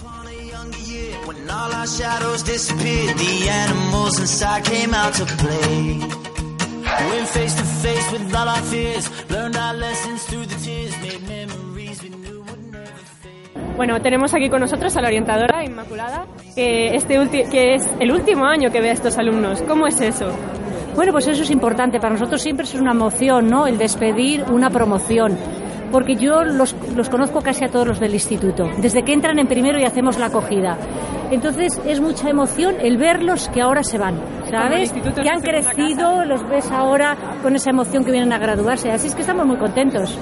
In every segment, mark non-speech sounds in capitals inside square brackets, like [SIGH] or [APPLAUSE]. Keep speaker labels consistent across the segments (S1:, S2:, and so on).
S1: upon a younger year when all our shadows disappeared the animals inside came out to play went face to face with all our fears learned our lessons through the tears made memories we knew would never fade
S2: Bueno, tenemos aquí con nosotros a la orientadora Inmaculada, que, este ulti- que es el último año que ve a estos alumnos. ¿Cómo es eso?
S3: Bueno, pues eso es importante. Para nosotros siempre es una emoción, ¿no? El despedir una promoción. Porque yo los, los conozco casi a todos los del instituto, desde que entran en primero y hacemos la acogida. Entonces es mucha emoción el verlos que ahora se van, ¿sabes?
S2: instituto es
S3: Que han
S2: la segunda
S3: crecido, los ves ahora con esa emoción que vienen a graduarse. Así es que estamos muy contentos.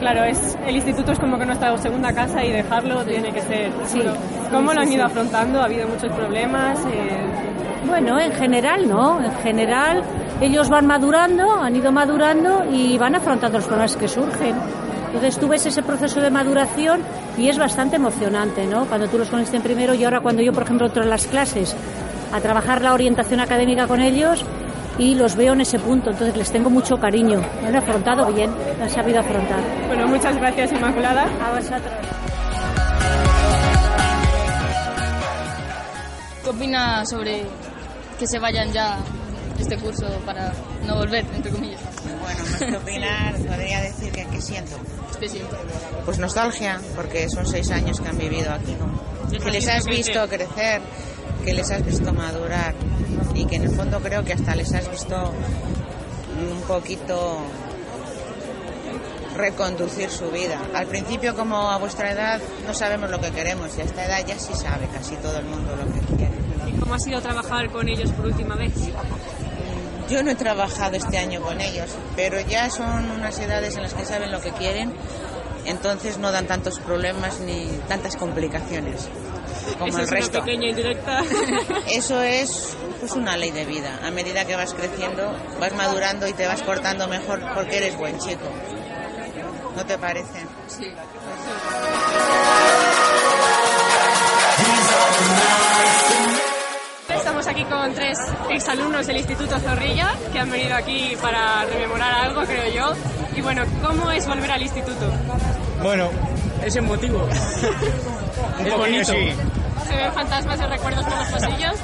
S2: Claro, es, el instituto es como que nuestra segunda casa y dejarlo tiene que ser.
S3: Sí.
S2: Bueno, ¿Cómo
S3: Sí,
S2: lo han
S3: sí,
S2: ido
S3: sí.
S2: afrontando? ¿Ha habido muchos problemas? Eh,
S3: Bueno, en general no, en general ellos van madurando, han ido madurando y van afrontando los problemas que surgen. Entonces tú ves ese proceso de maduración y es bastante emocionante, ¿no? Cuando tú los pones en primero y ahora cuando yo, por ejemplo, entro en las clases a trabajar la orientación académica con ellos y los veo en ese punto, entonces les tengo mucho cariño. Lo han afrontado bien, lo han sabido afrontar.
S2: bueno, muchas gracias Inmaculada.
S3: A vosotros.
S4: ¿Qué opina sobre que se vayan ya este curso para no volver, entre comillas?
S5: Bueno, más que opinar, podría decir que aquí siento.
S4: Este siempre.
S5: Pues nostalgia, porque son seis años que han vivido aquí, ¿no? Que les has visto crecer, que les has visto madurar y que en el fondo creo que hasta les has visto un poquito reconducir su vida. Al principio, como a vuestra edad, no sabemos lo que queremos y a esta edad ya sí sabe casi todo el mundo lo que quiere.
S2: ¿Cómo ha sido trabajar con ellos por última vez?
S5: Yo no he trabajado este año con ellos, pero ya son unas edades en las que saben lo que quieren, entonces no dan tantos problemas ni tantas complicaciones como el resto.
S2: indirecta.
S5: [LAUGHS] Eso es pues una ley de vida. A medida que vas creciendo, vas madurando y te vas portando mejor porque eres buen chico. ¿No te parece?
S4: Sí.
S2: [LAUGHS] Estamos aquí con tres exalumnos del Instituto Zorrilla que han venido aquí para rememorar algo, creo yo. Y bueno, ¿cómo es volver al instituto?
S6: Bueno,
S7: Es emotivo.
S6: [LAUGHS] un
S7: Es
S6: poquillo
S7: bonito.
S6: sí.
S2: ¿Se ven fantasmas y recuerdos por los pasillos?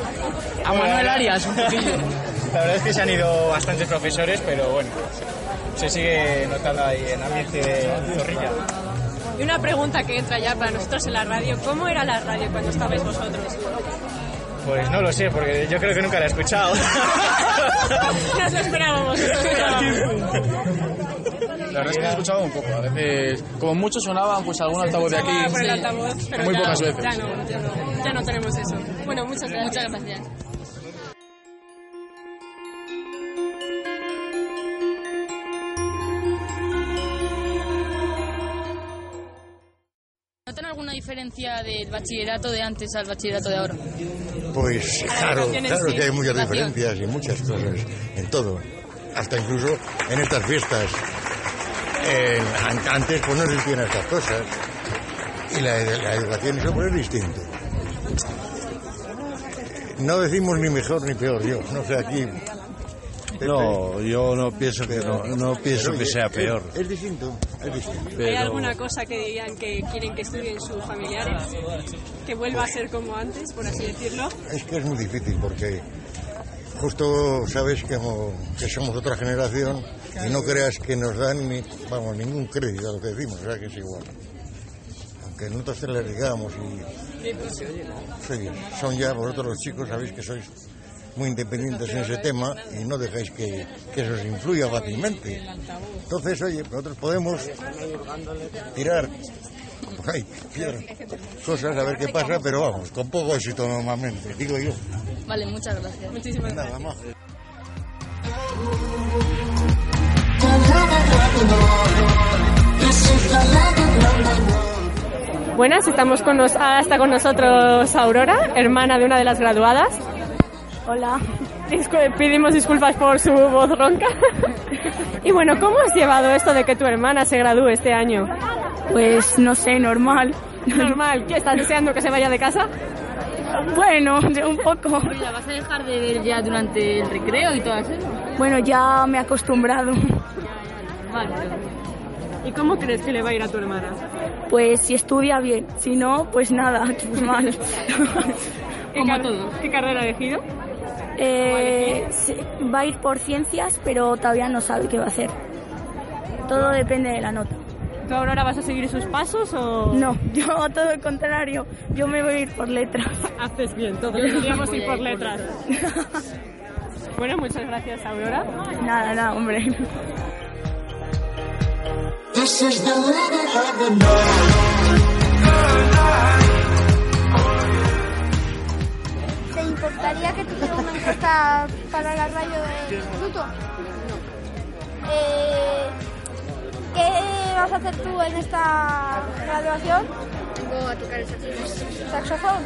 S7: A Manuel Arias, un poquillo.
S6: [LAUGHS] La verdad es que se han ido bastantes profesores, pero bueno, se sigue notando ahí en ambiente de zorrilla.
S2: Y una pregunta que entra ya para nosotros en la radio. ¿Cómo era la radio cuando estabais
S8: [LAUGHS]
S2: vosotros?
S6: Pues no lo sé, porque yo creo que nunca la
S7: [LAUGHS]
S6: he escuchado.
S2: Nos lo esperábamos. nos lo esperábamos.
S8: La verdad es que he escuchado un poco. A veces, como mucho sonaban, pues algún altavoz de aquí.
S2: Sonaba por el altavoz, pero
S8: Muy
S2: ya-
S8: pocas veces.
S2: Ya no, ya no, ya no tenemos eso. Bueno, muchas gracias.
S4: Muchas gracias. ¿Notan alguna diferencia del bachillerato de antes al bachillerato de ahora?
S9: Pues claro,
S2: relaciones,
S9: claro
S2: sí,
S9: que hay muchas
S4: relación.
S9: diferencias y muchas cosas en todo, hasta incluso en estas fiestas. En- an- antes pues no existían estas cosas y la, la educación y eso pues, es distinto. No decimos ni mejor ni peor, yo no sé aquí.
S10: No, yo no pienso que no, no pienso
S9: Pero,
S10: que
S9: oye,
S10: sea
S9: es-
S10: peor.
S9: Es, distinto, es distinto.
S2: ¿Hay
S10: Pero
S2: alguna cosa que dirían que quieren que estudien sus familiares? Que vuelva a ser como antes, por así decirlo.
S9: Es que es muy difícil porque justo sabes que, mo- que somos otra generación y no creas que nos dan ni, vamos, ningún crédito a lo que decimos, o sea que es igual. Aunque nosotros se les digamos y sí, son ya vosotros los chicos, sabéis que sois muy independientes en ese tema y no dejáis que, que eso os influya fácilmente. Entonces, oye, nosotros podemos tirar [LAUGHS] por ahí, piedras, cosas a ver qué pasa, pero vamos, con poco éxito normalmente, digo yo.
S4: Vale, muchas gracias.
S2: Muchísimas gracias.
S9: Nada más.
S2: buenas, estamos con nos, ahora está con nosotros Aurora, hermana de una de las graduadas. Hola. pedimos disculpas por su voz ronca. y bueno, ¿cómo has llevado esto de que tu hermana se gradúe este año?
S11: Pues no sé, normal.
S2: Normal, ¿qué estás deseando que se vaya de casa?
S11: Bueno, un poco.
S4: Pues ¿La vas a dejar de ver ya durante el recreo y todo eso?
S11: Bueno, ya me he acostumbrado.
S2: Vale. ¿Y cómo crees que le va a ir a tu hermana?
S11: Pues si estudia bien, si no, pues nada, [LAUGHS] pues mal.
S2: ¿Qué, car- ¿Qué carrera ha elegido?
S11: Eh, sí, va a ir por ciencias, pero todavía no sabe qué va a hacer. Todo depende de la nota.
S2: ¿Tú, Aurora, vas a seguir sus pasos o...?
S11: No, yo todo el contrario, yo me voy a ir por letras.
S2: Haces bien, todos
S11: Yo
S2: deberíamos
S11: voy
S2: ir
S11: a
S2: por
S11: ir por
S2: letras. [LAUGHS] bueno, muchas gracias, Aurora.
S11: Nada, nada, hombre.
S12: This is the living of the night.
S3: ¿Te importaría que tuviera una encuesta para la radio del instituto? Eh, ¿Qué vas a hacer tú en esta graduación? Vengo a tocar el saxofón. ¿Saxofón?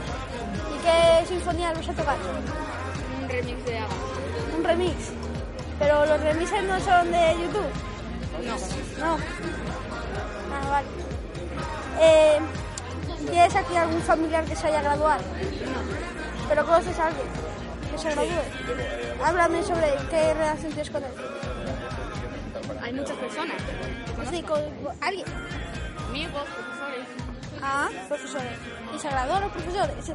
S3: ¿Y qué sinfonía vas a tocar? Un remix de Ava. ¿Un remix? ¿Pero los remixes no son de YouTube? No. No. Ah, vale. Eh, ¿Tienes aquí algún familiar que se haya graduado? ¿Pero conoces a alguien que se gradúe? Háblame sobre qué relación tienes con él.
S4: Hay muchas personas.
S3: Sí, con con alguien.
S4: Amigos, profesores.
S3: Ah, profesores. ¿Y se graduó los profesores?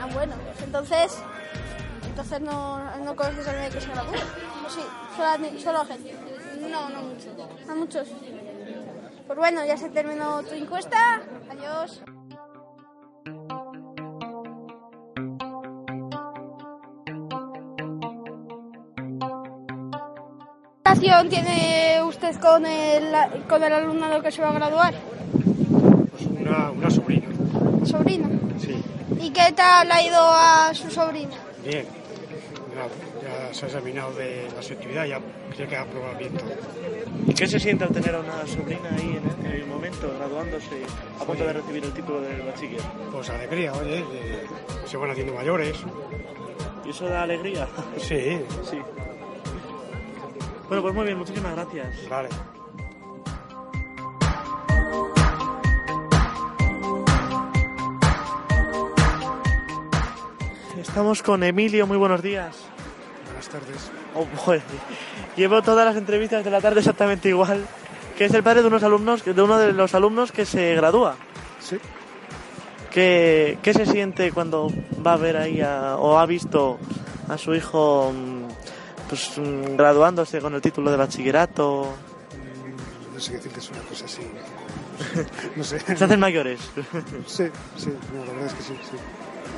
S3: Ah, bueno, pues entonces... Entonces no, no conoces a alguien que se gradúe. Sí, solo, a ti- solo a gente. No, no muchos. A muchos. Pues bueno, ya se terminó tu encuesta. Adiós. ¿Qué relación tiene usted con el, con el alumnado que se va a graduar?
S6: Una, una sobrina.
S3: Sobrina.
S6: Sí,
S3: ¿Y qué tal ha ido a su sobrina?
S6: bien. Ya, ya se ha examinado de la selectividad, ya creo que ha aprobado bien todo.
S1: ¿Y qué se siente al tener a una sobrina ahí en el, en el momento, graduándose, a punto de recibir el título del bachiller?
S6: Pues alegría, oye, eh, se van haciendo mayores.
S1: ¿Y eso da alegría?
S6: Sí.
S1: Sí. Bueno, pues muy bien, muchísimas gracias.
S6: Vale.
S1: Estamos con Emilio, muy buenos días.
S6: Buenas tardes.
S1: Oh, boy. Llevo todas las entrevistas de la tarde exactamente igual, que es el padre de unos alumnos, de uno de los alumnos que se gradúa.
S6: Sí.
S1: ¿Qué, qué se siente cuando va a ver ahí a- o ha visto a su hijo mm, pues, mm, graduándose con el título de bachillerato?
S6: Mm, No sé qué decir que es una
S1: [LAUGHS]
S6: cosa así. No sé.
S1: Se hacen mayores.
S6: [LAUGHS] Sí, sí, no, la verdad es que sí, sí.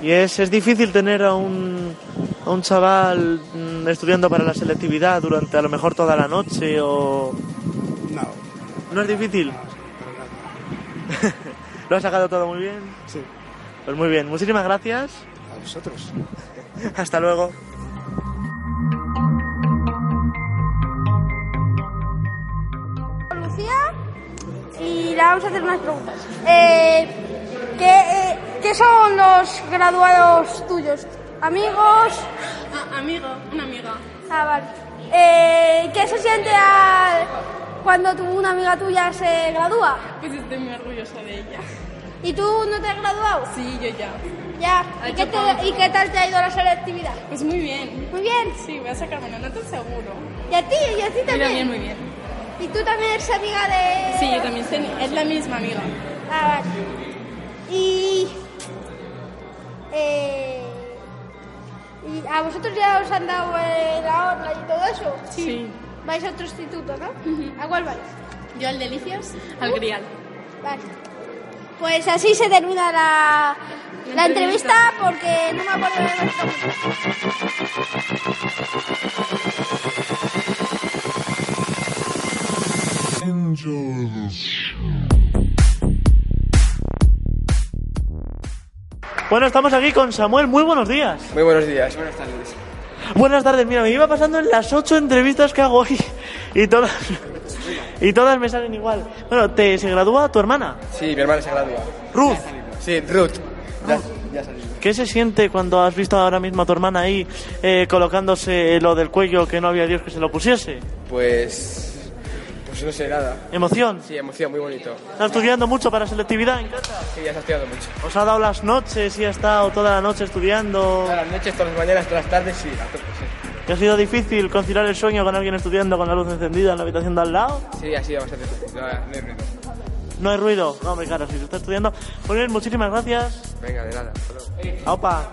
S1: Y es, es difícil tener a un, a un chaval mm, estudiando para la selectividad durante a lo mejor toda la noche o...
S6: No.
S1: ¿No es difícil? ¿Lo has sacado todo muy bien?
S6: Sí.
S1: Pues muy bien, muchísimas gracias.
S6: A vosotros.
S1: Hasta luego.
S3: Lucía y le vamos a hacer unas preguntas. Eh, ¿qué, eh, qué son los graduados tuyos? ¿Amigos?
S13: Ah,
S3: amigo, una amiga. Ah, vale. Eh, ¿Qué se siente al- cuando tu- una amiga tuya se gradúa?
S13: Pues estoy muy orgullosa de ella.
S3: ¿Y tú no te has graduado?
S13: Sí, yo ya.
S3: Ya.
S13: Ha
S3: ¿Y qué,
S13: hecho
S3: te-
S13: poco.
S3: y qué tal te ha ido la selectividad?
S13: Pues muy bien.
S3: Muy bien.
S13: Sí, voy a sacar buena nota seguro.
S3: ¿Y a ti? ¿Y a ti
S13: Yo
S3: también?
S13: también, muy bien.
S3: ¿Y tú también eres amiga de...?
S13: Sí, yo también soy- es la misma amiga.
S3: Ah, vale. Y. eh, ¿y a vosotros ya os han dado eh, la orla y todo eso?
S13: Sí. Sí.
S3: Vais a otro instituto, ¿no? ¿A cuál vais?
S13: Yo al Delicias, al
S3: ¿Tú?
S13: Grial.
S3: Vale. Pues así se termina la, la
S13: entrevista.
S3: entrevista porque no me acuerdo de los nombres.
S12: Enjoy the show.
S1: Bueno, estamos aquí con Samuel, muy buenos días.
S14: Muy buenos días. Buenas tardes.
S1: Buenas tardes, mira, me iba pasando en las ocho entrevistas que hago hoy y todas, Y todas me salen igual. Bueno, ¿te se gradúa tu hermana?
S14: Sí, mi hermana se gradúa.
S1: Ruth.
S14: Sí, Ruth. Ya, ya salí.
S1: ¿Qué se siente cuando has visto ahora mismo a tu hermana ahí eh, colocándose lo del cuello que no había Dios que se lo pusiese?
S14: Pues. Pues no sé nada.
S1: ¿Emoción?
S14: Sí, emoción, muy bonito.
S1: ¿Estás estudiando mucho para selectividad en casa?
S14: Sí, ya se ha estudiado mucho.
S1: ¿Os ha dado las noches y ha estado toda la noche estudiando?
S14: Todas las noches, todas las mañanas, todas las tardes, sí, a tope, sí.
S1: ¿Que ha sido difícil conciliar el sueño con alguien estudiando con la luz encendida en la habitación de al lado?
S14: Sí, ha sido bastante difícil. No, no hay ruido.
S1: No hay ruido. No, hombre, claro, si se está estudiando. Pues muchísimas gracias.
S14: Venga, de nada. hasta luego.
S1: ¡Opa!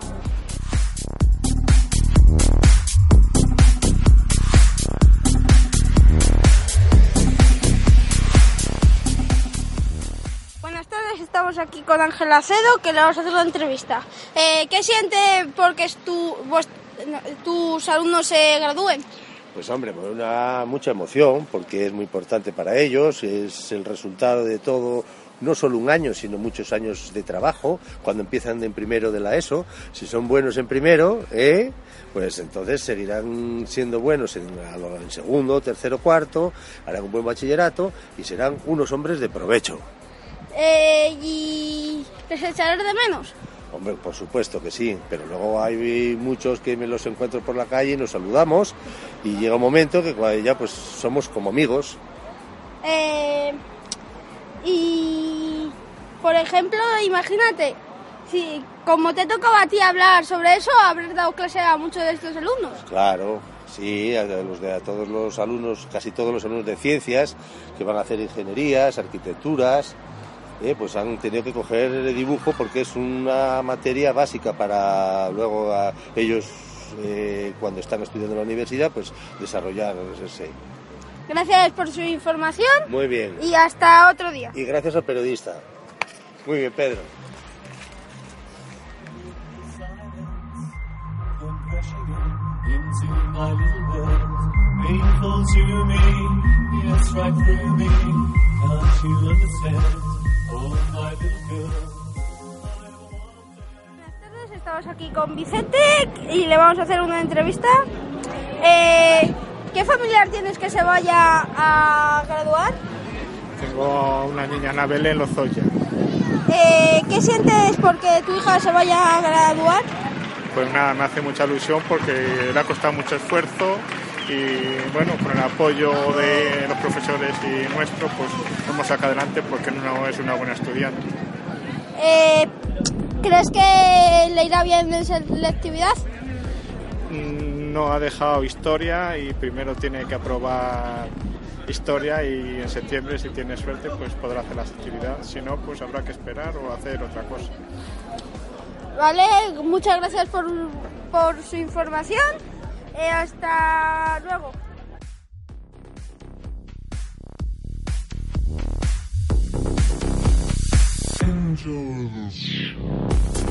S3: Buenas tardes, estamos aquí con Ángel Acedo, que le vamos a hacer la entrevista. Eh, ¿Qué siente porque es tu- vuest- no, tus alumnos se gradúen?
S15: Pues hombre, por una mucha emoción, porque es muy importante para ellos, es el resultado de todo, no solo un año, sino muchos años de trabajo, cuando empiezan en primero de la ESO, si son buenos en primero, ¿eh? pues entonces seguirán siendo buenos en, a lo- en segundo, tercero, cuarto, harán un buen bachillerato y serán unos hombres de provecho.
S3: Eh, ¿Y [LAUGHS] les echarás de menos?
S15: Hombre, por supuesto que sí, pero luego hay muchos que me los encuentro por la calle y nos saludamos y llega un momento que cua- ya pues somos como amigos.
S3: Eh, y, por ejemplo, imagínate, si como te tocaba a ti hablar sobre eso, habrás dado clase a muchos de estos alumnos.
S15: Claro, sí, a, los de, a todos los alumnos, casi todos los alumnos de ciencias que van a hacer ingenierías, arquitecturas, eh, pues han tenido que coger el dibujo porque es una materia básica para luego a ellos eh, cuando están estudiando en la universidad, pues desarrollar ese.
S3: Gracias por su información
S15: Muy bien.
S3: y hasta otro día.
S15: Y gracias al periodista. Muy bien, Pedro.
S12: into my little world. Painful to me, yes, right through me. Can't you understand? Oh, my little girl.
S3: Estamos aquí con Vicente y le vamos a hacer una entrevista. Eh, ¿Qué familiar tienes que se vaya a graduar?
S6: Tengo una niña Anabel en Lozoya.
S3: Eh, ¿Qué sientes porque tu hija se vaya a graduar?
S6: Pues nada, me hace mucha ilusión porque le ha costado mucho esfuerzo y bueno, con el apoyo de los profesores y nuestro, pues hemos sacado adelante porque no es una buena estudiante.
S3: Eh, ¿Crees que le irá bien en selectividad?
S6: Mm, No ha dejado historia y primero tiene que aprobar historia y en septiembre, si tiene suerte, pues podrá hacer la actividad. Si no, pues habrá que esperar o hacer otra cosa.
S3: Vale, muchas gracias por, por su información. Eh, hasta luego.
S12: Angels.